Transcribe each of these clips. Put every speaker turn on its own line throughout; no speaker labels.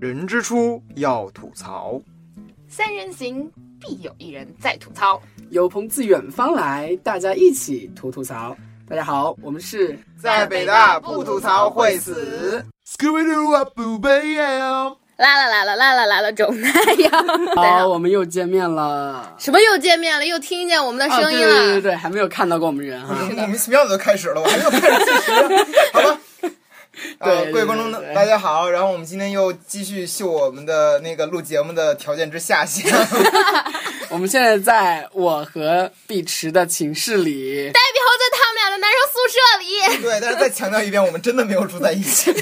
人之初要吐槽，
三人行必有一人在吐槽。
有朋自远方来，大家一起吐吐槽。大家好，我们是
在北大不吐槽会死。
Scooby-Doo 啊，不悲呀！
啦啦啦啦啦啦啦啦，种太阳。
好，我们又见面了。
什么又见面了？又听见我们的
啊，
声
对
音
对
了？
对对对，还没有看到过我们人 哈。
莫名其妙的就开始了，我还没有开始计时，好吧？
对
啊，
对
各位观众
对对
大家好，然后我们今天又继续秀我们的那个录节目的条件之下限，
我们现在在我和碧池的寝室里，
代表在他们俩的男生宿舍里，
对，但是再强调一遍，我们真的没有住在一起，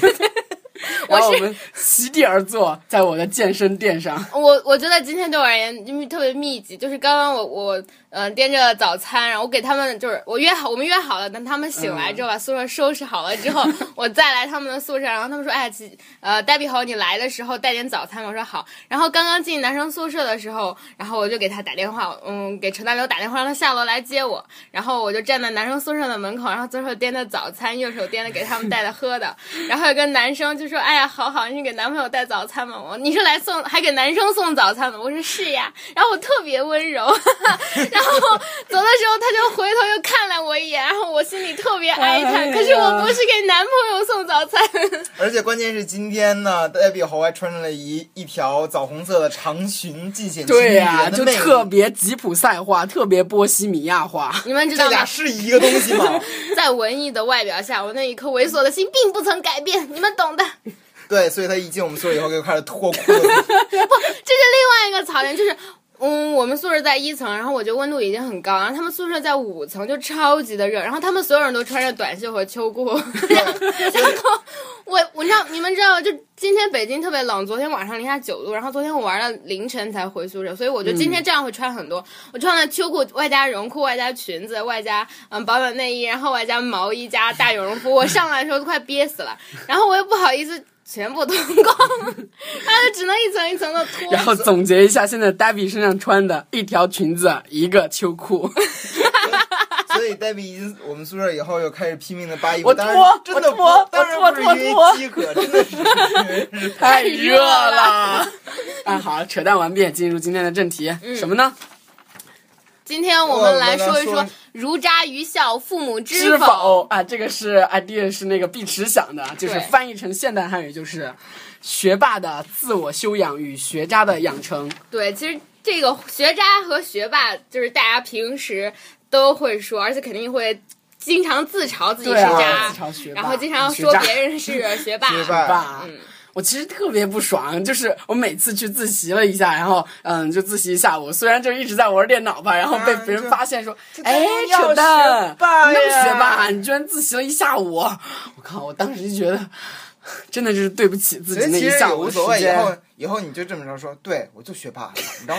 然后我们席地而坐，在我的健身垫上。
我我觉得今天对我而言因为特别密集，就是刚刚我我嗯、呃掂着早餐，然后我给他们就是我约好我们约好了，等他们醒来之后把宿舍收拾好了之后，我再来他们的宿舍，然后他们说哎其呃戴比好你来的时候带点早餐，我说好，然后刚刚进男生宿舍的时候，然后我就给他打电话，嗯给陈大刘打电话让他下楼来接我，然后我就站在男生宿舍的门口，然后左手掂着早餐，右手掂着给他们带的 喝的，然后有个男生就说：“哎呀，好好，你给男朋友带早餐吗？我你是来送，还给男生送早餐吗？”我说：“是 呀。”然后我特别温柔， 然后走的时候他就回头又看了我一眼，然后我心里特别
哎
哀叹。
呀
可是我不是给男朋友送 早餐，
而且关键是今天呢，戴比猴还穿上了一一条枣红色的长裙，尽显其女
对呀、
人的
就
魅
特
力。
别吉普赛化，特别波西米亚化。
你们知
这
道
俩
吗？
是一个东西吗？
在文艺的外表下，我那一颗猥琐的心并不曾改变，你们懂的。
对，所以他一进我们宿舍以后就开始脱裤子，
不，这是另外一个槽点，就是。嗯，我们宿舍在一层，然后我觉得温度已经很高，然后他们宿舍在五层，就超级的热，然后他们所有人都穿着短袖和秋裤， 然后然后我我知道你们知道，就今天北京特别冷，昨天晚上零下九度，然后昨天我玩到凌晨才回宿舍，所以我觉得今
嗯
天这样会穿很多，我穿了秋裤外加绒裤外加裙子外加嗯保暖内衣，然后外加毛衣加大羽绒服，我上来的时候都快憋死了，然后我又不好意思全部脱光。 他就只能一层一层的脱。
然后总结一下，现在 d 比身上穿的一条裙子，一个秋裤。
所以戴比一进我们宿舍以后又开始拼命的扒衣服，
我
当然
脱
真的
我
不
脱，
当然
我
不是
脱
因为
脱脱
饥渴，真 的是因为是
太热了。 啊，好，扯淡完毕，进入今天的正题，
嗯
什么呢？
今天我们来说
我
一说
们来说
儒家愚孝，父母知
知否啊？这个是 idea 是那个碧池想的，就是
对
翻译成现代汉语就是学霸的自我修养与学渣的养成。
对，其实这个学渣和学霸，就是大家平时都会说，而且肯定会经常自嘲自己是
对啊，
渣
自，嘲学霸，
然后经常
学
说
渣
别人 是学霸。
学霸
吧。
嗯
我其实特别不爽，就是我每次去自习了一下，然后嗯，就自习一下午，虽然就一直在玩电脑吧，然后被
啊
别人
这
发现说，
这
哎，
当然要
扯淡，
学霸
你那么
呀
学霸，你居然自习了一下午，我靠！我当时就觉得，真的就是对不起自
所
己
以
那
其
一
实
下
也
午
无
的时
所谓，以后
间。
以后你就这么着说，对我就学霸了，你知 道？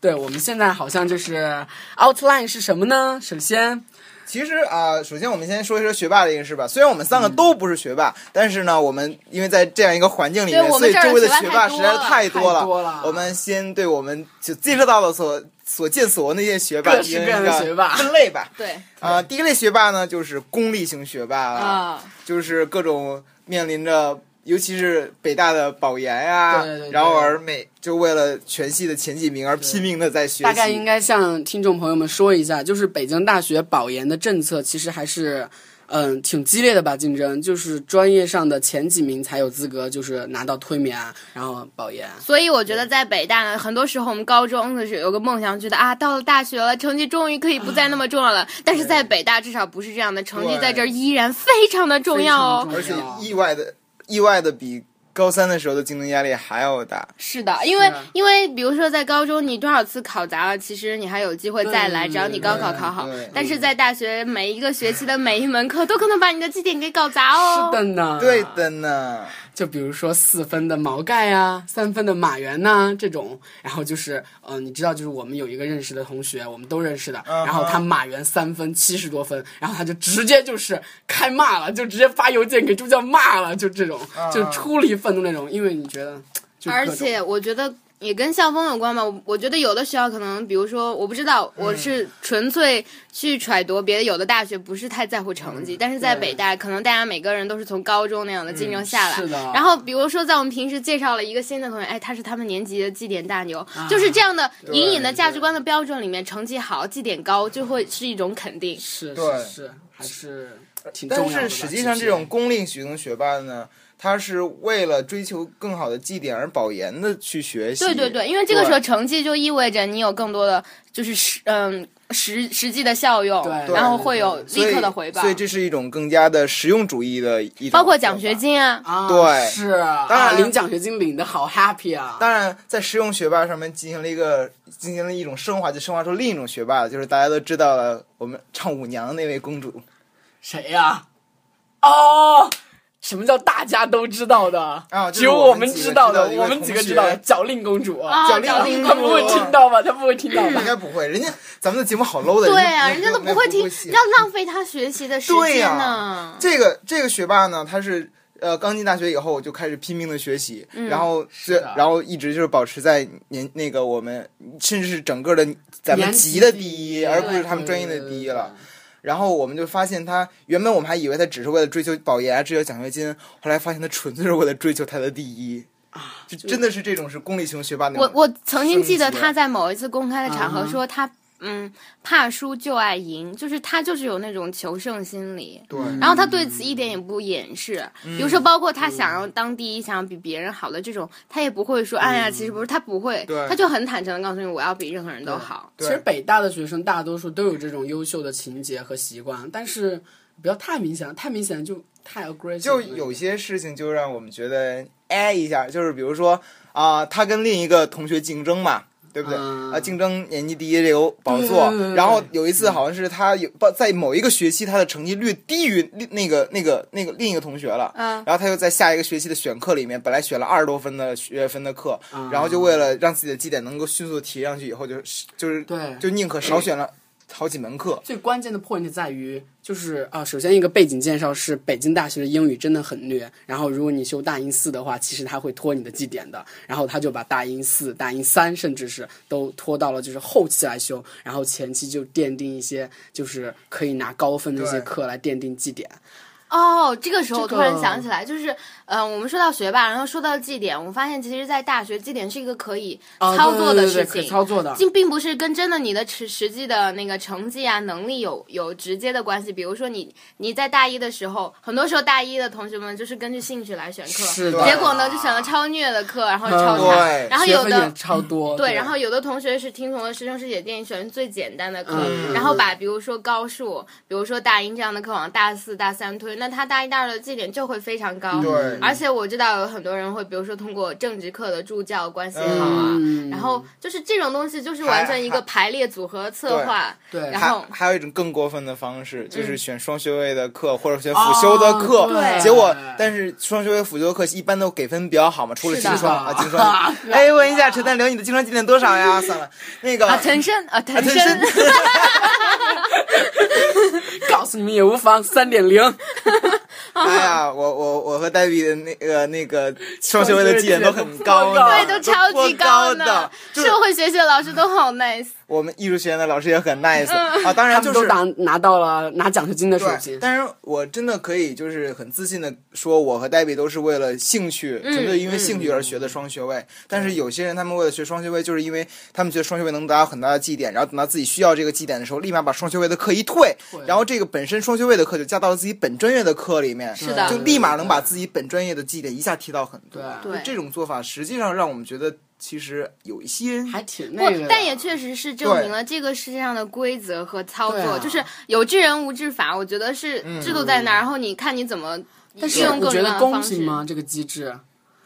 对，我们现在好像就是 outline 是什么呢？首先，
其实啊、首先我们先说一说学霸这个事吧。虽然我们
嗯
三个都不是学霸，但是呢，我们因为在这样一个环境里面，
对
所
我们
以
这儿
周围的学
学
霸
霸
实在是太
太
多
了。
了太多了
我们先对我们就接触到的所所见所闻的一些学霸
各式
进行
各样的
一个
学霸
分类吧。
对
啊、第一类学霸呢，就是功利型学霸了，
啊，
就是各种面临着。尤其是北大的保研啊，
对对对
然后而每就为了全系的前几名而拼命的在学习，
大概应该向听众朋友们说一下，就是北京大学保研的政策其实还是。嗯，挺激烈的吧竞争，就是专业上的前几名才有资格，就是拿到推免，啊然后保研。
所以我觉得在北大呢，很多时候我们高中的时候有个梦想，觉得啊，到了大学了，成绩终于可以不再那么重要了。但是在北大至少不是这样的，成绩
对
在这儿依然非常的重要
非常重
哦
要。
而且意外的意外的比高三的时候的竞争压力还要大。
是的，因为
是啊
因为比如说在高中你多少次考砸了，其实你还有机会再来，
对嗯
只要你高考
对
考好
对。
但是在大学每一个学期的每一门课都可能把你的绩点给搞砸哦。
是的，呢，
对的呢，
就比如说四分的毛概啊，三分的马原呐、这种，然后就是，嗯、你知道，就是我们有一个认识的同学，我们都认识的，
嗯哼
然后他马原三分七十多分，然后他就直接就是开骂了，就直接发邮件给助教骂了，就这种，
嗯
就出离愤怒那种，因为你觉得，就各
而
种
且我觉得也跟校风有关吧。我我觉得有的学校可能，比如说，我不知道，我
嗯
是纯粹去揣度别的，有的大学不是太在乎成绩，但是在
嗯对
北大，可能大家每个人都是从高中那样的竞争下来。
嗯是
啊
的
然后比如说，在我们平时介绍了一个新的同学，哎，他是他们年级的绩点大牛，
啊
就是这样的隐隐的价值观的标准里面，成绩好、绩点高就会是一种肯定。
是
对
是是，还是挺重要
但
的吧。
是实际上，
其
这
实
种功利型学霸呢，他是为了追求更好的绩点而保研的去学习。
对对对，因为这个时候
对
成绩就意味着你有更多的就是实嗯实实际的效用，
对
然后会有
对
立刻的回报
所以，所以，这是一个更加的实用主义的一种
包括奖学。金啊。
啊，
对
是啊，
当然
啊领奖学金领的好 happy 啊，
当然，在实用学霸上面进行了一个进行了一种升华，就升华出另一种学霸了，就是大家都知道了我们唱舞娘那位公 主
谁呀、哦，什么叫大家都知道的？
啊，就是
只有
我
们
几个
知道的，
一
我
位
们几个
同学
知道的。脚令公主，
啊
脚
脚
令
令
她
公
不
主
会听到吧？她不会听到吧
应？该不会，人家咱们的节目好 low 的，
对啊，人家都
不
不会听，
信
要浪费他学习的时
对呀、
间呢。
这个这个学霸呢，他是呃刚进大学以后我就开始拼命的学习，
嗯
然后最
是的
然后一直就是保持在年那个我们甚至是整个的咱们
年
级
级
的
第
第
一
一，而不是
对
他们
对
专业的
对
第一
对
了。然后我们就发现他，原本我们还以为他只是为了追求保研、啊追求奖学金，后来发现他纯粹是为了追求他的第一啊，就真的是这种是功利型学霸那
我
种。
我曾经记得
升级
他在某一次公开的
啊
场合
哈
说他。嗯，怕输就爱赢，就是他就是有那种求胜心理，
对，
嗯
然后他对此一点也不掩饰。比如说，包括他想要当第一，想要比别人好的这种，他也不会说，哎
嗯
呀，其实不是，他不会
对，
他就很坦诚的告诉你，我要比任何人都好。
对
其实北大的学生大多数都有这种优秀的情节和习惯，但是不要太明显，太明显就太 aggressive，
就
了
有些事情就让我们觉得哎一下，就是比如说啊、他跟另一个同学竞争嘛，对不对？
嗯
啊，竞争年级第一这个宝座
对对对，对
然后有一次好像是他有不在某一个学期他的成绩略低于另那个那个那个另一个同学了，
嗯
然后他又在下一个学期的选课里面，本来选了二十多分的学分的课，
嗯
然后就为了让自己的绩点能够迅速提上去，以后就是就是
对
就宁可少选了好几门课，
最关键的 point 在于，就是啊、呃首先一个背景介绍是北京大学的英语真的很虐，然后如果你修大英四的话，其实它会拖你的绩点的，然后他就把大英四、大英三甚至是都拖到了就是后期来修，然后前期就奠定一些就是可以拿高分的一些
对
课来奠定绩点。
哦，这个时候
这个
突然想起来，就是，呃，我们说到学霸，然后说到绩点，我发现其实，在大学绩点是一个可以
啊
操作
对
的
对对
事
对可以
情，
操作的。
并并不是跟真的你的实实际的那个成绩啊、能力有有直接的关系。比如说你你在大一的时候，很多时候大一的同学们就是根据兴趣来选课，
是的
结果呢就选了超虐的课，然后超差，
对
然后
嗯学
有
分也
的。
超多，
对，然后有的同学是听从了师兄师姐建议选最简单的课，
嗯
然后把比如说高数，比如说大英这样的课往大四、大三推，那他大一、大二的绩点就会非常高。
对
而且我知道有很多人会，比如说通过政治课的助教关系好啊，
嗯
然后就是这种东西就是完全一个排列组合策划，
对
然
还
后
还有一种更过分的方式，就是选双学位的课或者选辅修的课，
哦对
结果但是双学位辅修课一般都给分比较好嘛，除了
是
精
的
双啊，精双， 哎，问一下陈丹刘，你的精双绩点多少呀？算了，那个
啊腾升啊腾
腾
升，
升
告诉你们也无妨，三点零，
哎呀，我我我和黛比的那个那个双学位的绩点都很高呢，
对，都超级
高
呢
的，。就是
社会学习的老师都好 nice，
我们艺术学院的老师也很 nice 啊，当
他
然
们
就
都
是
拿拿到了拿奖学金的水
对，
平。
但是我真的可以就是很自信的说，我和黛比都是为了兴趣，纯粹因为兴趣而学的双学位。但是有些人他们为了学双学位，就是因为他们觉得双学位能达到很大的绩点，然后等到自己需要这个绩点的时候，立马把双学位的课一退，然后这个本身双学位的课就加到了自己本专业的课里面，
是的
就立马能把自己本专业的绩点一下提到很多。
对
对
就这种做法实际上让我们觉得其实有一些
还挺
不
那个的，，啊
但也确实是证
对
明了这个世界上的规则和操
对啊
作，就是有治人无治法，我觉得是制度在那儿，然后你看你怎么
但
运
是
用
你
各
觉
种各
得
样的
公
方
平
式，
吗？这个机制？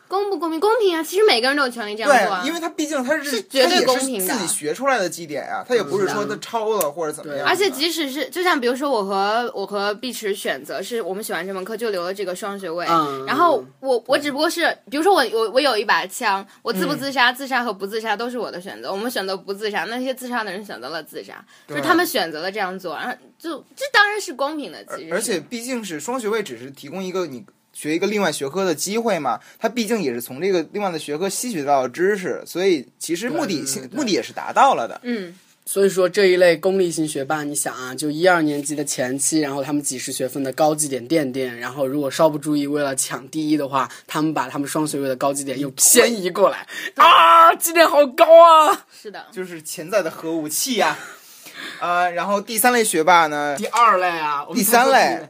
公不公平？公平啊，其实每个人都有权利这样做啊
对，因。为他毕竟他是是
绝对公平的嗯
自己学出来的绩点啊，他也不是说他抄了或者怎么样的。
而且即使是就像比如说我和我和碧池选择是我们喜欢这门课就留了这个双学位，
嗯
然后我我只不过是比如说我我我有一把枪，我自不自杀、自杀和不自杀都是我的选择，我们选择不自杀，那些自杀的人选择了自杀，就是他们选择了这样做，然后就这当然是公平的，其实是
而且毕竟是双学位，只是提供一个你学一个另外学科的机会嘛。他毕竟也是从这个另外的学科吸取到的知识，所以其实目的
对对对
目的也是达到了的。
嗯，
所以说这一类公立型学霸，你想啊，就一二年级的前期，然后他们几十学分的高绩点垫垫，然后如果稍不注意，为了抢第一的话，他们把他们双学位的高绩点又偏移过来， 啊，绩点好高啊！
是的，
就是潜在的核武器呀、 啊。呃，然后第三类学霸呢，
第二类啊，我们
第三类
不说第一，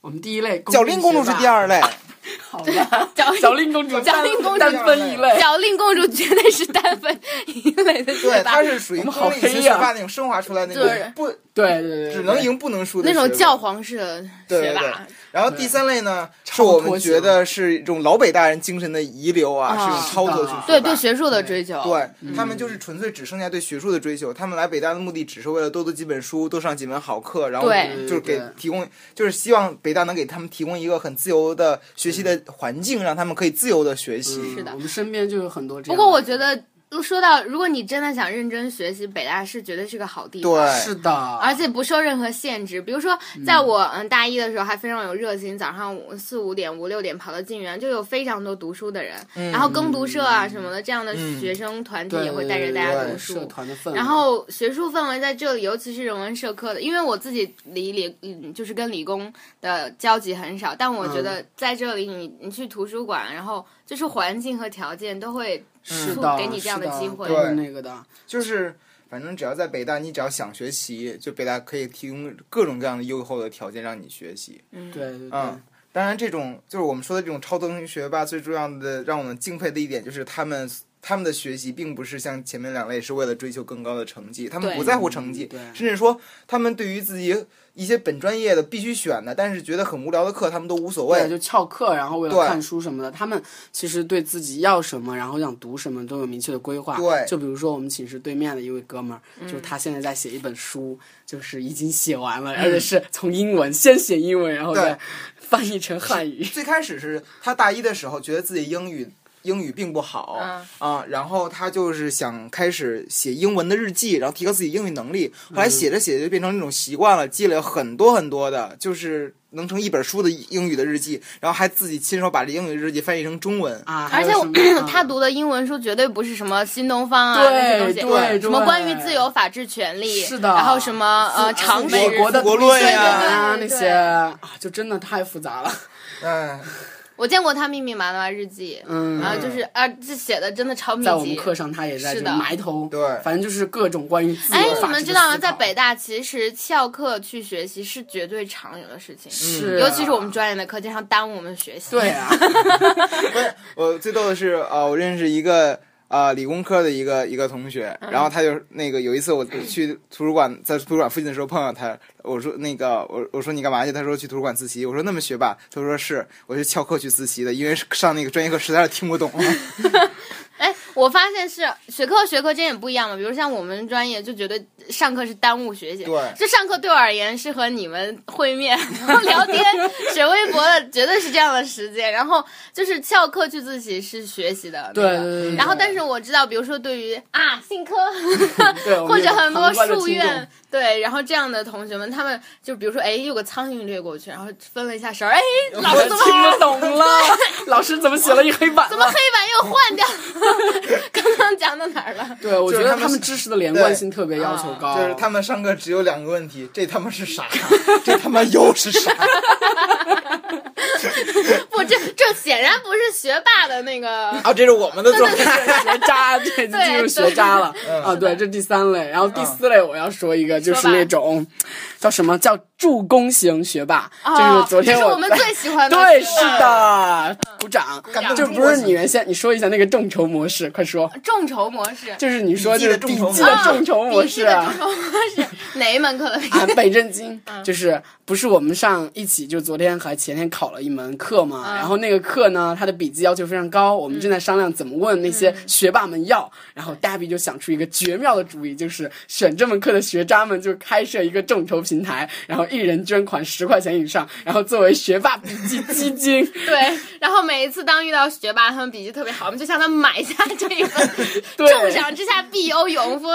我们第一类
小令公主是第，二类，
好吧？
小
小令公主，
小令公主
单分一类，
小令公主绝对是单分一类的
对，
学霸
她，是属于
我们
公
好
立型
黑
学
呀
霸那种升华出来那
对
种，不
对对对，
只能赢不能输的
那种
学霸
教皇式的
对
学
对对
霸，。
然后第三类呢，是
超
我
脱
们
型
觉得是一种老北大人精神的遗留啊，是一种
啊
超脱
是
型
的嗯
学
对
霸
对学术的追求，
对他们就是纯粹只剩下对学术的追求，他们来北大的目的只是为了多读几本书，多上几门好课，然后
对
就是给
对
提供，就是希望北大能给他们提供一个很自由的学习的环境，让他们可以自由的学习。
是的
嗯我们身边就有很多这
不
样的。
过我觉得说到，如果你真的想认真学习，北大是绝对是个好地方。
对
是的，
而且不受任何限制。比如说，在我嗯大一的时候还非常有热情，早上五四五点、五六点跑到静园，就有非常多读书的人，然后耕读社啊什么的，这样的
嗯
学生团体
对
也会带着大
对
家
对
读
对社
书。
团的氛围，
然后学术氛围在这里，尤其是人文社科的，因为我自己理理嗯就是跟理工的交集很少，但我觉
嗯
得在这里你你去图书馆，然后就是环境和条件都会
是
促
的，
给你这样
是的
机会。
都
对
是那个的，
就是反正只要在北大，你只要想学习，就北大可以提供各种各样的优厚的条件让你学习。
对对对。
嗯，当然，这种就是我们说的这种超能学霸，最重要的让我们敬佩的一点就是他们。他们的学习并不是像前面两类是为了追求更高的成绩，他们
对
不在乎成绩
嗯对，
甚至说他们对于自己一些本专业的必须选的，但是觉得很无聊的课，他们都无所
对，
谓。
就翘课，然后为了
对
看书什么的，他们其实对自己要什么，然后想读什么都有明确的规划。
对
就比如说我们寝室对面的一位哥们儿，
嗯
就是他现在在写一本书，就是已经写完了，而且是从英文先写英文，然后再
嗯对
翻译成汉语。
最开始是他大一的时候觉得自己英语英语并不好啊、然后他就是想开始写英文的日记，然后提高自己英语能力。后来写着写着就变成那种习惯了，积累了很多很多的，就是能成一本书的英语的日记，然后还自己亲手把这英语日记翻译成中文。
啊，
而
还有
且我
什么
他读的英文书绝对不是什么新东方啊
对
那些东西，
对
什么
对
关于自由、法治、权利，
是的
然后什么呃
自
常识
我，国的
复国论
呀、
呀
那
对对对
些啊，就真的太复杂了。
哎，
我见过他密密麻麻日记，
嗯
然后就是啊，这写的真的超密
在我们
集。
课上，他也在
是
就
的
埋头，
对
反正就是各种关于自由
哎，
法治
你们
的
知道吗？
思
在
考
北大，其实翘课去学习是绝对常有的事情，
是啊
嗯尤其是我们专业的课，经常耽误我们学习。
对，啊，
不是，我最逗的是，呃，我认识一个呃理工科的一个一个同学，
嗯
然后他就那个有一次我去图书馆，在图书馆附近的时候碰到他，我说那个我我说你干嘛去？他说去图书馆自习。我说那么学霸？他说是，我是翘课去自习的，因为上那个专业课实在是听不懂。
哎，我发现是学科和学科之间也不一样嘛。比如像我们专业，就觉得上课是耽误学习。
对
这上课对我而言是和你们会面、然后 聊天、写微博的，绝对是这样的时间。然后就是翘课去自习是学习的、那个
对对对
然后，但是我知道，比如说对于啊信科，
对我们
或者
有
很多
旁观的
术
听众
院，对，然后这样的同学们，他们就比如说，哎，有个苍蝇掠过去，然后分了一下手，哎，老
我
师怎么
听得懂 了，老师怎么写了一黑板
怎么
了
黑？板又换掉了？ 刚刚讲到哪儿了？
对，我觉
就是
得
他们啊
他们知识的连贯性特别要求高，
就是他们上课只有两个问题：这他妈是啥？这他妈又是啥？
不，这这显然不是学霸的 那个。
啊，这是我们的做法。
学渣，这就进入学渣了啊！对，这第三类，然后
嗯
第四类我要说一个，就是那种叫什么叫助攻型学霸，就
哦
是昨天
这是我们
在
最喜欢 的。
对，是的，鼓掌嗯
掌。
就不是你原先你说一下那个众筹模式，快说，
众筹模式。
就是你说就是笔
笔记
记
的
的众筹模
笔记
式
的
啊。
众筹模式，哪一门课的？
啊，北正经就是不是我们上一起就昨天还前天考了一门课嘛，然后那个课呢，他的笔记要求非常高，我们正在商量怎么问那些学霸们要，然后大 a 就想出一个绝妙的主意，就是选这门课的学渣们就开设一个众筹平台，然后友一人捐款十块钱以上，然后作为学霸笔记基 金。。
对，然后每一次当遇到学霸，他们笔记特别好，我们就向他买下这一份
对
重赏之下必有勇夫。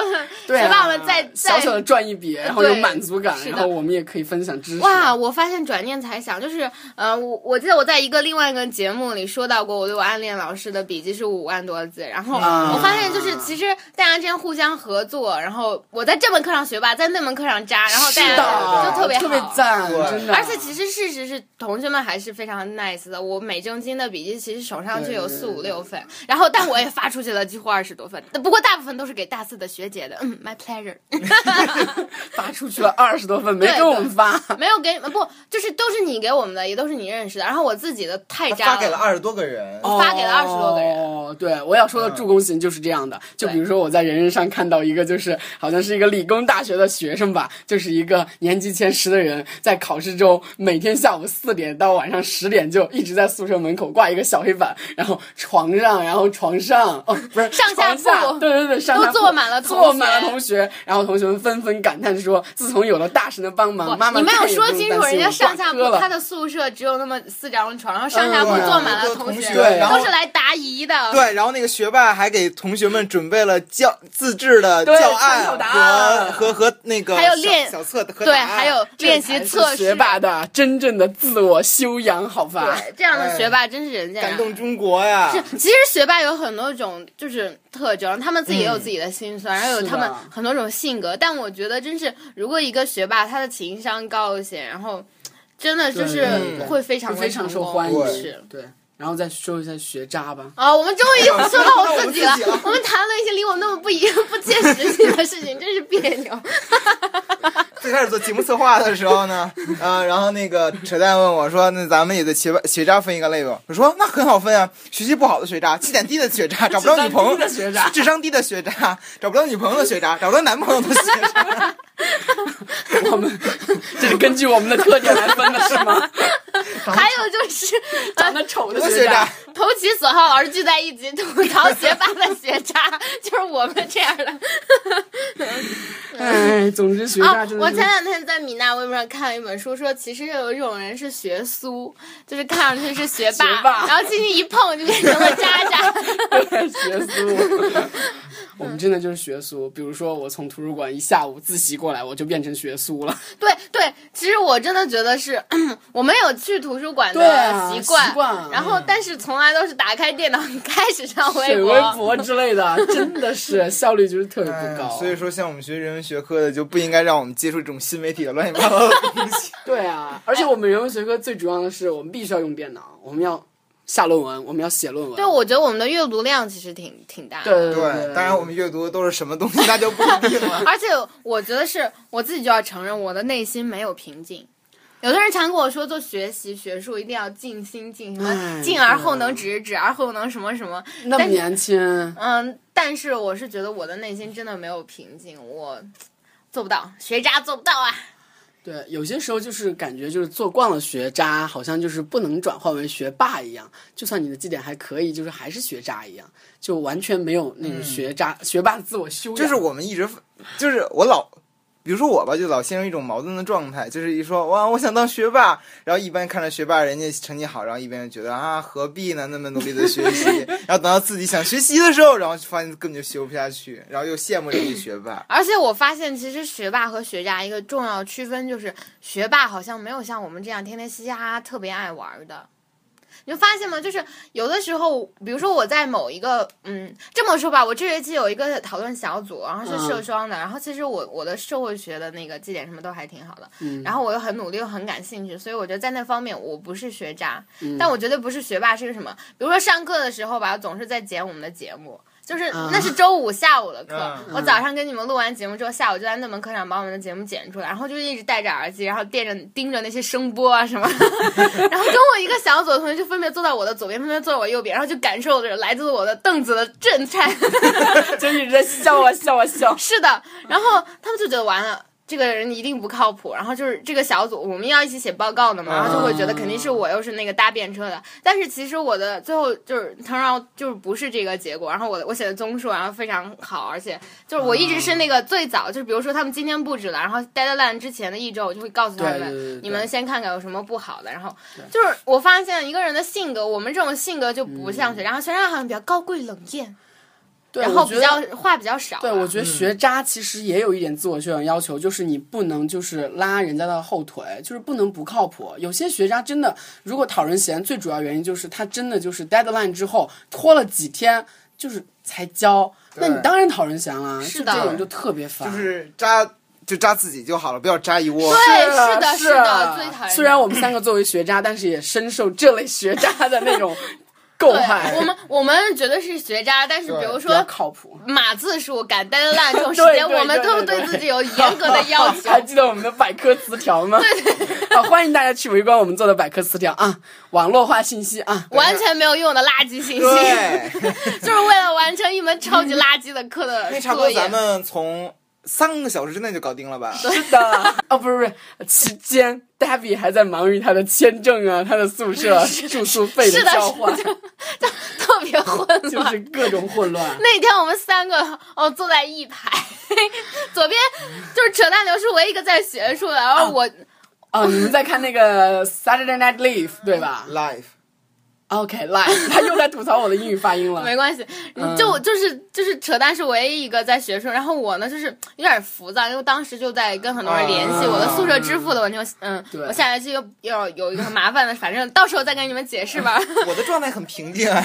对啊
学霸们在
小
在
小的赚一笔，然后有
对
满足感，
是的
然后我们也可以分享知识。
哇！我发现转念才想，就是，呃，我我记得我在一个另外一个节目里说到过，我对我暗恋老师的笔记是五万多字。然后
啊
我发现，就是其实大家之间互相合作，然后我在这门课上学霸，在那门课上渣，然后大
是
家
的，
就特别好
特别赞，
对
真的。
而且其实事实是，同学们还是非常 nice 的。我每正经的笔记其实手上就有
对
四五六份，然后但我也发出去了，几乎二十多份。不过大部分都是给大四的学姐的。嗯，my pleasure，
发出去了二十多份，没
对
给我们发。
没有给你们不，就是都是你给我们的，也都是你认识的。然后我自己的太渣
发给了二十多个人，
发给了20多个人
哦，对，我要说的助攻型就是这样的。就比如说我在人人上看到一个，就是好像是一个理工大学的学生吧，就是一个年级前十的人，在考试中每天下午四点到晚上十点就一直在宿舍门口挂一个小黑板，然后床上，然后床上，哦，不是
上下
床下
铺
对对对，上下
都
铺
坐满了同
坐满了
学
同学，然后同学们纷纷感叹说，自从有了大神的帮忙，妈妈
你没
再
有
也
说
不用
清楚，
担
人
心我
家上
挂
下
科
铺，
了
他的宿舍只有那么四张床，然后上下铺
嗯
坐满了
对啊同
学，
学
对然
后
都是来答疑 的。
对，然后那个学霸还给同学们准备了教自制的
对
教
参考
案
答案
和和和那个
还有
小
练
小册和
对，
答案
还有练习
这才是
测试。
学霸的真正的自我修养，好吧？
对，这样的
哎
学霸真是人见人
感
爱。
动中国呀，
是，其实学霸有很多种就是特征，他们自己也有自己的心酸，然后
嗯
有
是的
他们很多种性格。但我觉得，真是如果一个学霸他的情商高一些，然后真的就是
对对对
会非常
会非常受欢
对
迎，
是。
对。然后再说一下学渣吧，
啊，我们终于说到我自己了
我们自己了。
我们谈论一些离我那么不一不切实际的事情，真是别扭。
最开始做节目策划的时候 呢，啊，然后那个扯淡问我说：“那咱们也对学霸学渣分一个类吧？”我说：“那很好分啊，学习不好的学 渣，绩点低的学渣，找不着女朋友
智商低的学渣
智商低的学渣，找不着女朋友的学渣，找不着男朋友的学 渣。
我们这是根据我们的特点来分的，是 吗？
还有就是呃
长得丑的
我
学
学
渣
渣，
投其所好而聚在一起吐槽学霸的学渣，就是我们这样的。
哎，总之学渣
啊
真！
我
的是
前两天在米娜微博上看了一本书，说其实有一种人是学苏，就是看上去是学霸，
学霸
然后轻轻一碰就变成了渣渣。
学苏。我们真的就是学苏，比如说我从图书馆一下午自习过来，我就变成学苏了。
对对，其实我真的觉得是 我们有去图书馆的
对啊
习惯，
习惯
然后但是从来都是打开电脑 开始上
嗯水
微
微
博。
博之类的，真的 是效率就是特别不高。
哎所以说，像我们学人文学科的，就不应该让我们接触这种新媒体的乱七八糟的东西。
对啊，而且我们人文学科最主要的是，我们必须要用电脑，我们要下论文，我们要写论文。
对，我觉得我们的阅读量其实挺挺大的。
对
对，当然我们阅读都是什么东西， 那就不一定了。
而且我觉得是我自己就要承认，我的内心没有平静。有的人常跟我说，做学习学术一定要尽心尽什
哎
么，进而后能
对
止，止而后能什么什么。
那么
但是
年轻，
嗯，但是我是觉得我的内心真的没有平静，我做不到，学渣做不到啊。。
对，有些时候就是感觉就是做惯了学渣，好像就是不能转换为学霸一样。就算你的绩点还可以，就是还是学渣一样，就完全没有那种学渣、学霸的自我修养。
嗯就是我们一直，就是我老，比如说我吧，就老陷入一种矛盾的状态，就是一说哇，我想当学霸，然后一边看着学霸人家成绩好，然后一边觉得啊，何必呢，那么努力的学 习，然后等到自己想学习的时候，然后发现根本就学不下去，然后又羡慕人家学霸
而且我发现，其实学霸和学渣一个重要区分就是，学霸好像没有像我们这样天天嘻嘻哈哈、特别爱玩的。你就发现吗？就是有的时候，比如说我在某一个，嗯，这么说吧，我这学期有一个讨论小组，然后是社双的，然后其实我我的社会学的那个绩点什么都还挺好的，然后我又很努力又很感兴趣，所以我觉得在那方面我不是学渣，但我绝对不是学霸，是个什么？比如说上课的时候吧，总是在剪我们的节目。就是
啊
那是周五下午的课，
嗯
我早上跟你们录完节目之后，下午就在那门课上把我们的节目剪出来，然后就一直戴着耳机，然后盯着盯着那些声波啊什么， 然后跟我一个小组的同学就分别坐到我的左边，分别坐到我右边，然后就感受着来自我的凳子的震颤。
就一直在笑啊笑啊笑。
是的，然后他们就觉得完了。这个人一定不靠谱。然后就是这个小组我们要一起写报告的
啊
嘛，然后就会觉得肯定是我又是那个搭便车的。但是其实我的最后就是turn out 就是不是这个结果。然后我的我写的综述然后非常好，而且就是我一直是那个最早，就是比如说他们今天布置了，然后 deadline 之前的一周我就会告诉他
对对对对
们，你们先看看有什么不好的。然后就是我发现一个人的性格，我们这种性格就不像学渣，然后学渣好像比较高贵冷艳。
嗯对
然
我
后
觉
比
得
较话比较少吧。啊
对，我
嗯
觉得学渣其实也有一点自我修养要求，就是你不能就是拉人家的后腿，就是不能不靠谱。有些学渣真的，如果讨人嫌，最主要原因就是他真的就是 deadline 之后拖了几天，就是才交，那你当然讨人嫌啦。
是
就
的
这种就特别烦。
就是扎就扎自己就好了，不要扎一窝。
对，
啊
哎是的，
是
的，
啊
最讨厌。
虽然我们三个作为学渣，但是也深受这类学渣的那 种诟
对，我
害，
们我们觉得是学渣，但是比
对
如
比较
说。
靠谱。
码字数、敢呆的烂这种时
对
间，
对
我们
对
都
对
对
对
自己有严格的要求。
还记得我们的百科词条吗？ 啊，欢迎大家去围观我们做的百科词条啊，网络化信息啊，
完全没有用的垃圾信 息，
对，
就是为了完成一门超级垃圾的课的
嗯那差不
作
多
业。
咱们从三个小时之内就搞定了吧？
是 的，哦，不是不是，期间 Debbie 还在忙于他的签证啊，他的宿舍住宿费
是的
交换，
特别混乱。
就是 各种混乱。
那天我们三个哦坐在一排， 左边就是扯淡刘是唯一一个在学术的，然后我
哦，你们在看那个 Saturday Night Live 对吧
Life，
？OK Live，他又在吐槽我的英语发音了。
没关系，嗯就
嗯
我就是就是扯淡是唯一一个在学术，然后我呢就是有点浮躁，因为当时就在跟很多人联系
啊
我的宿舍支付的问题，我嗯，
对
我下学期又要有一个很麻烦的，反正到时候再跟你们解释吧。
我的状态很平静啊。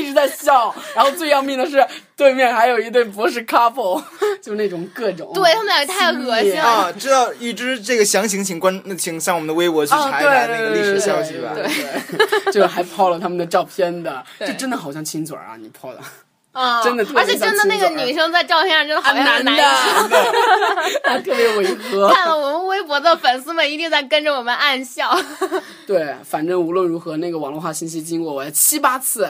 一直在笑，然后最要命的是对面还有一对博士 couple，就那种各种
对他们俩也太恶 心了，
哦
啊，知道预知这个详情，请关，那请上我们的微博去
哦
查一
对
查
对
那个
对
历史
对
消息吧。
对，对 就还抛了他们的照片 的，这真的好像亲嘴儿啊，你抛 的，
嗯，
真的特别
而且真的那个
像亲嘴儿
女生在照片上真
哎
的好像很
男
难受。
的， 啊特别违和。
看了我们微博的粉丝们一定在跟着我们暗笑，
对，反正无论如何，那个网络化信息经过我七八次。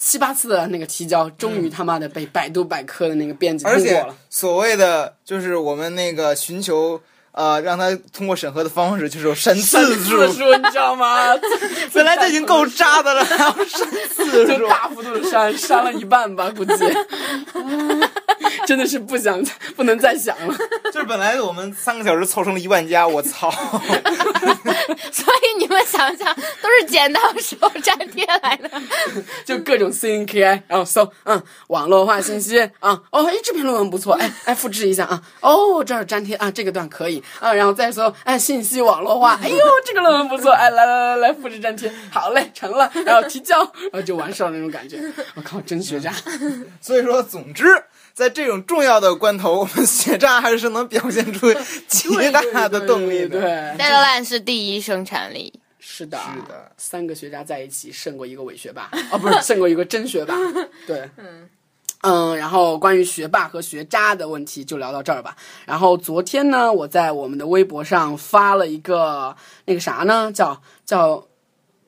七八次的那个提交，终于他妈的被百度百科的那个编辑通
而
过
且
了。
所谓的就是我们那个寻求呃让他通过审核的方式，就是有删次数。
字数你知道吗？
本来就已经够渣 的了，还要删次
就
数。
大幅度的删，删了一半吧， 估计。真的是不想，不能再想了。
就是本来我们三个小时凑成了一万加，我操！
所以你们想想，都是剪刀手粘贴来的。
就各种 C N K I，然后搜，嗯，网络化信息啊，哦，哎，这篇论文不错，哎，哎，复制一下啊，哦，这儿粘贴啊，这个段可以啊，然后再搜，哎，信息网络化，哎呦，这个论文不错，哎，来来来来，复制粘贴，好嘞，成了，然后提交，然后就完事儿那种感觉。我靠，真学渣，
所以说，总之，在这种重要的关头，我们学渣还是能表现 出极大的 动力的。
对，
Deadline 是第一生产力。
是的，
是的
三个学渣在一起胜过一个伪学霸，哦， 不是胜过一个真学霸，对，嗯。然后关于学霸和学渣的问题就聊到这儿吧。然后昨天呢，我在我们的微博上发了一个那个啥呢，叫叫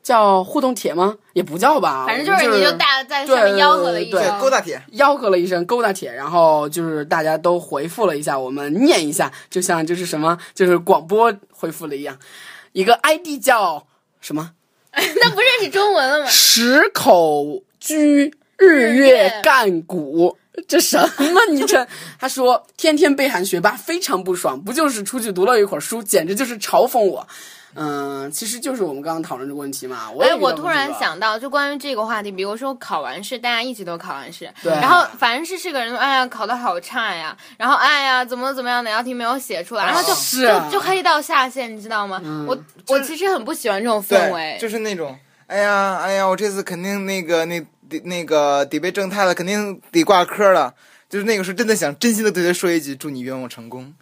叫互动帖吗？也不叫吧，
反正就
我们
是
嗯就是
你就大在上面吆喝了一
对
对，
声，
勾大铁，
吆喝了一声“勾搭铁”，然后就是大家都回复了一下，我们念一下，就像就是什么就是广播回复了一样，一个 ID 叫什么？
那 不认识中文了吗？
十口居日月干谷。这什么昵称？他说天天被喊学霸，非常不爽。不就是出去读了一会儿书，简直就是嘲讽我。嗯、其实就是我们刚刚讨论这个问题嘛。我也
哎，
遇到
我
过
突然
这个，
想到，就关于这个话题，比如说考完试，大家一起都考完试，
对
然后反正是是个人，哎呀，考得好差呀，然后哎呀，怎么怎么样，哪道题没有写出来，然后就、
是啊嗯
就就黑到下线，你知道吗？我我其实很不喜欢这种氛围
对，，就是那种，哎呀，哎呀，我这次肯定那个那那个得被正太了，肯定得挂科了。就是那个时候真的想真心的对他说一句，祝你愿望成功。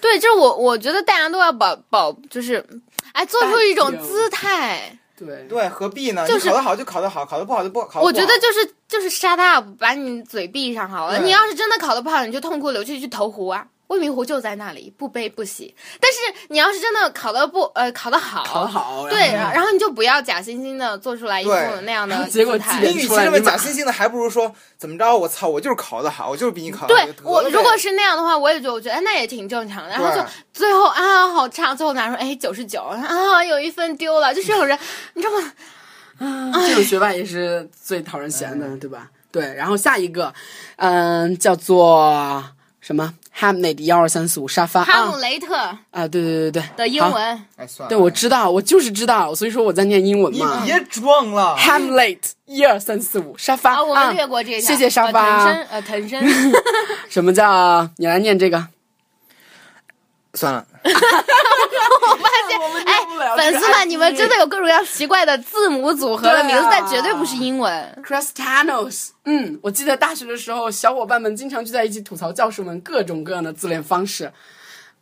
对，就是我我觉得大家都要保保，就是哎，做出一
淡
种
定
姿态，
啊对，
对，何必呢？
就是
你考得好就考得好，考得不好就不考得不好。
我觉得就是就是 shut up，把你嘴闭上好了。
对
你要是真的考得不好，你就痛哭流涕去投湖啊。未名湖就在那里，不悲不喜。但是你要是真的考得不呃考得好，
考嗯好，
对，
然后
然后你就不要假惺惺的做出来一副
对
那样的
结果
姿态
自己
你与其这么假惺惺的，还不如说怎么着？我操，我就是考得好，我就是比你考得好。
对我
得了呗
如果是那样的话，我也觉得我觉得哎那也挺正常的。然后
对
就最后啊好差，最后拿出哎九十九啊有一分丢了，就是有人你知道吗？
这种学霸也是最讨人嫌
嗯
的，对吧？对，然后下一个，嗯，叫做什么 Hamnet 幺二三四五沙发
哈 姆
啊
雷特
啊，对对对对
的英。
好
文
哎算了，
对，我知道，我就是知道，所以说我在念英文
你
嘛。
别装了。
Hamlet 一二三四五沙发
啊，我
啊
们略过这一条。
谢谢沙
呃
发
腾。身呃腾身，
什么叫你来念这个？
算了，
我 们
哎
念不了，
粉丝们，你们真的有各种各样奇怪的字母组合的
对
名
啊
字，但绝对不是英文。
Cristianos，嗯，我记得大学的时候，小伙伴们经常聚在一起吐槽教授们各种各样的自恋方式。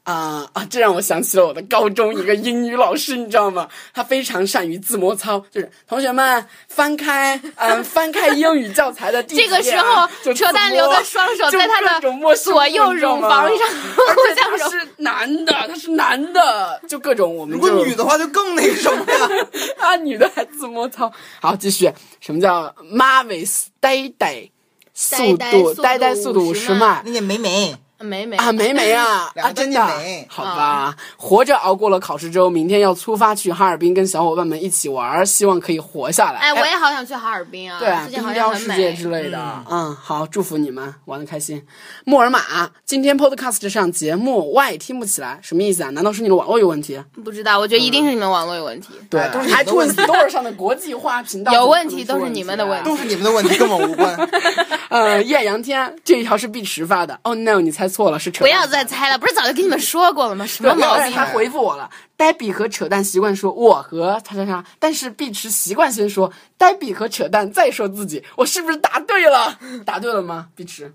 啊、啊！这让我想起了我的高中一个英语老师，你知道吗？他非常善于自摸操，就是同学们翻开，嗯、 翻开英语教材的第几
这
页啊、
个时候
就，自摸
扯淡流的双手
就
在他
各种摸
的
胸
左右
你知道
乳
吗
房上 互
而
相
且他
揉。
是男的，他是男的，就各种我们
如果
就
女的话就更那个什么呀。
啊，女的还自摸操。好，继续，什么叫 Marvis 呆呆？速
呆
度
速
呆
度
呆速度五
50
十迈
那个美美，
没没
啊，梅梅啊
两
啊，
个都
真
是
的
梅，
好吧，
嗯
活着熬过了考试周，明天要出发去哈尔滨跟小伙伴们一起玩儿，希望可以活下来。
哎，我也好想去哈尔滨啊！
对啊，
最近
冰
好像
雕
很
世界
美。
之类的，嗯好，祝福你们玩的开心。木尔马，今天 Podcast 上节目 Y 听不起来，什么意思啊？难道是你的网络有问题？
不知道，我觉得一
嗯
定是你们网络有问题。
对，
都是你的
还 t u n
问
e
题
Store 上的国际化频道
有问
怎么
题
可能
都是你们的
啊
问题
都是你们的问题，跟我无关。
呃，艳阳天这一条是碧池发的。Oh no，你猜错了，是扯
不
淡。
要再猜了，不是早就跟你们说过了吗？什
对
么毛
而且
病
他？回复我了。呆比和扯淡习惯说我和叉叉叉，但是碧池习惯先说呆比和扯淡，再说自己。我是不是答对了？ 答对了吗？碧池，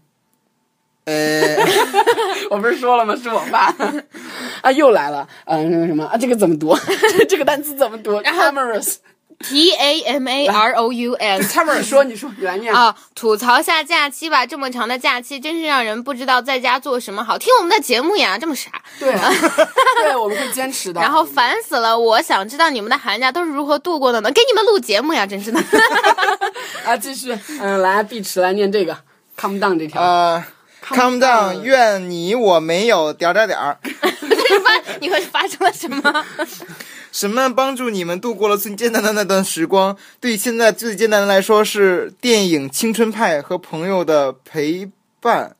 呃，
我不是说了吗？是我爸 啊，又来了。嗯、什么什么啊？这个怎么读？ 这个单词怎么读
然后
？Cameras。
T A M A R O U S。
他们说，你说圆圆，
啊，吐槽下假期吧！这么长的假期，真是让人不知道在家做什么好。听我们的节目呀，这么傻，
对，啊 对，我们会坚持的。
然后烦死了！我想知道你们的寒假都是如何度过的呢？给你们录节目呀，真是的。
啊，继续，嗯，来碧池来念这个 calm down 这条。
呃，calm down，愿你我没有点儿点儿点儿，
这发你会发生了什么？
什么帮助你们度过了最艰难的那段时光？对现在最艰难的来说是电影《青春派》和朋友的陪伴。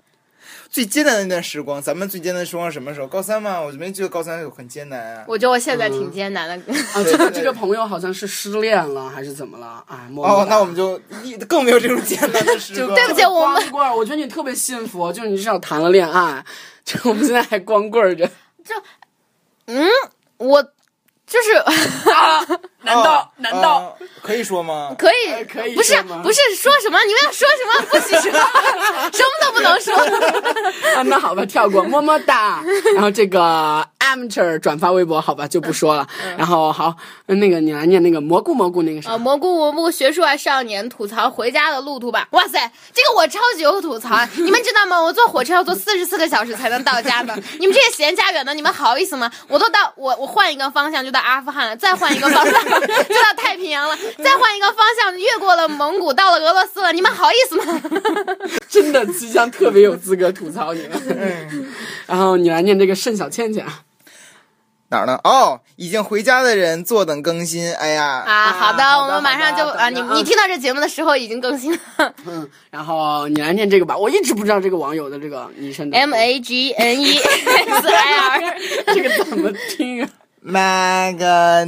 最艰难的那段时光，咱们最艰难的时光是什么时候？高三吗？我就没觉得高三有很艰难啊。
我觉得我现在挺艰难的。
啊，这个
对
这个朋友好像是失恋了还是怎么了？哎，默默
哦，
地
那我们就一更没有这种艰难的时
就
光。哦
对不起我们
光棍儿，我觉得你特别幸福，就是你至少谈了恋爱。 就我们现在还光棍儿着，
我就是
难
哦？呃可以说吗？
可以，
呃可以
不是
说吗
不是说什么？你们要说什么？不许说， 什么都不能说。
啊，那好吧，跳过，么么哒。然后这个 amateur 转发微博，好吧，就不说了。然后好，嗯那个你来念那个蘑菇蘑菇那个啥
啊，，蘑菇蘑菇学术爱少年吐槽回家的路途吧。哇塞，这个我超级有吐槽，啊 你们知道吗？我坐火车要坐四十四个小时才能到家呢。你们这些嫌家远的，你们好意思吗？我都到我我换一个方向就到阿富汗了，再换一个 方向就到太平洋了，再换一个方向越过了蒙古到了俄罗斯了，你们好意 思吗？
真的即将特别有资格吐槽你们。 然后你来念这个盛小啊倩倩，
哪儿呢？哦，已经回家的人坐等更新。哎呀，
啊，好的，
好的
我们马上就
好的
啊，你
好的
你听到这节目的时候已经更新了。
嗯，然后你来念这个吧，我一直不知道这个网友的这个昵称的
M A G N E S I R
这个怎么听啊？
m 个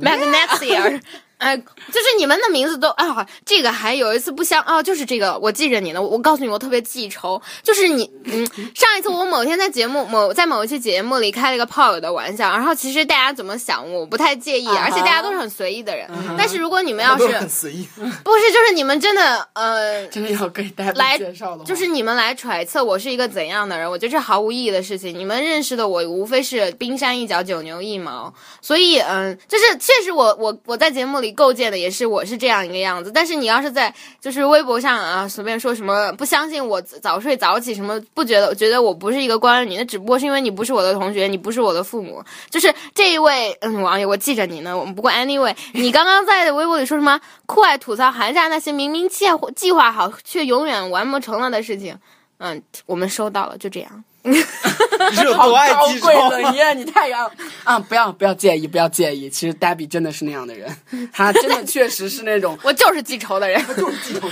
那
m a g n e t i a 哎，就是你们的名字都啊，这个还有一次不相哦，就是这个，我记着你呢。我我告诉你，我特别记仇，就是你，嗯，上一次我某天在节目某在某一期节目里开了一个炮友的玩笑，然后其实大家怎么想我不太介意，
啊哈
而且大家都是很随意的人。但是如果你 们啊要是
都很随意。
不是，就是你们真的呃，
真的要给大家
来
介绍的话，
就是你们来揣测我是一个怎样的人，我觉得这毫无意义的事情。你们认识的我，无非是冰山一角，九牛一毛。所以，嗯，就是确实我我我在节目里构建的也是我是这样一个样子。但是你要是在就是微博上啊，随便说什么不相信我早睡早起什么，不觉得觉得我不是一个关于你，那只不过是因为你不是我的同学，你不是我的父母。就是这一位嗯网友，我记着你呢。我们不过 anyway，你刚刚在微博里说什么酷爱吐槽韩夏那些明明计划计划好却永远完不成了的事情。嗯，我们收到了，就这样。
你是有多爱
高
记仇
贵？冷艳，你太高啊！不要不要介意，不要介意。其实 Debbie 真的是那样的人，他真的确实是那 种
我就是记仇的人，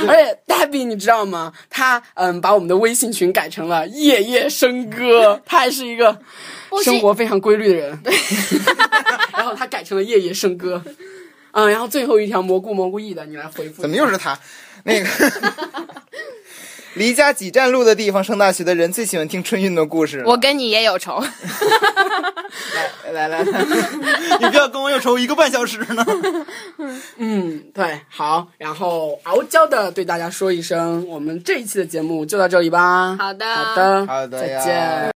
而且黛比，你知道吗？他嗯，把我们的微信群改成了“夜夜笙歌”，他还是一个生活非常规律的人。 然后他改成了“夜夜笙歌”，嗯，然后最后一条蘑菇蘑菇意的，你来回复。
怎么又是他？那个 离家几站路的地方上大学的人最喜欢听春运的故事了。
我跟你也有仇。
来来来， 你不要跟我有仇一个半小时呢。
嗯， 对，好。然后傲娇的对大家说一声，我们这一期的节目就到这里吧。
好的
好的，
好的
再
呀
见。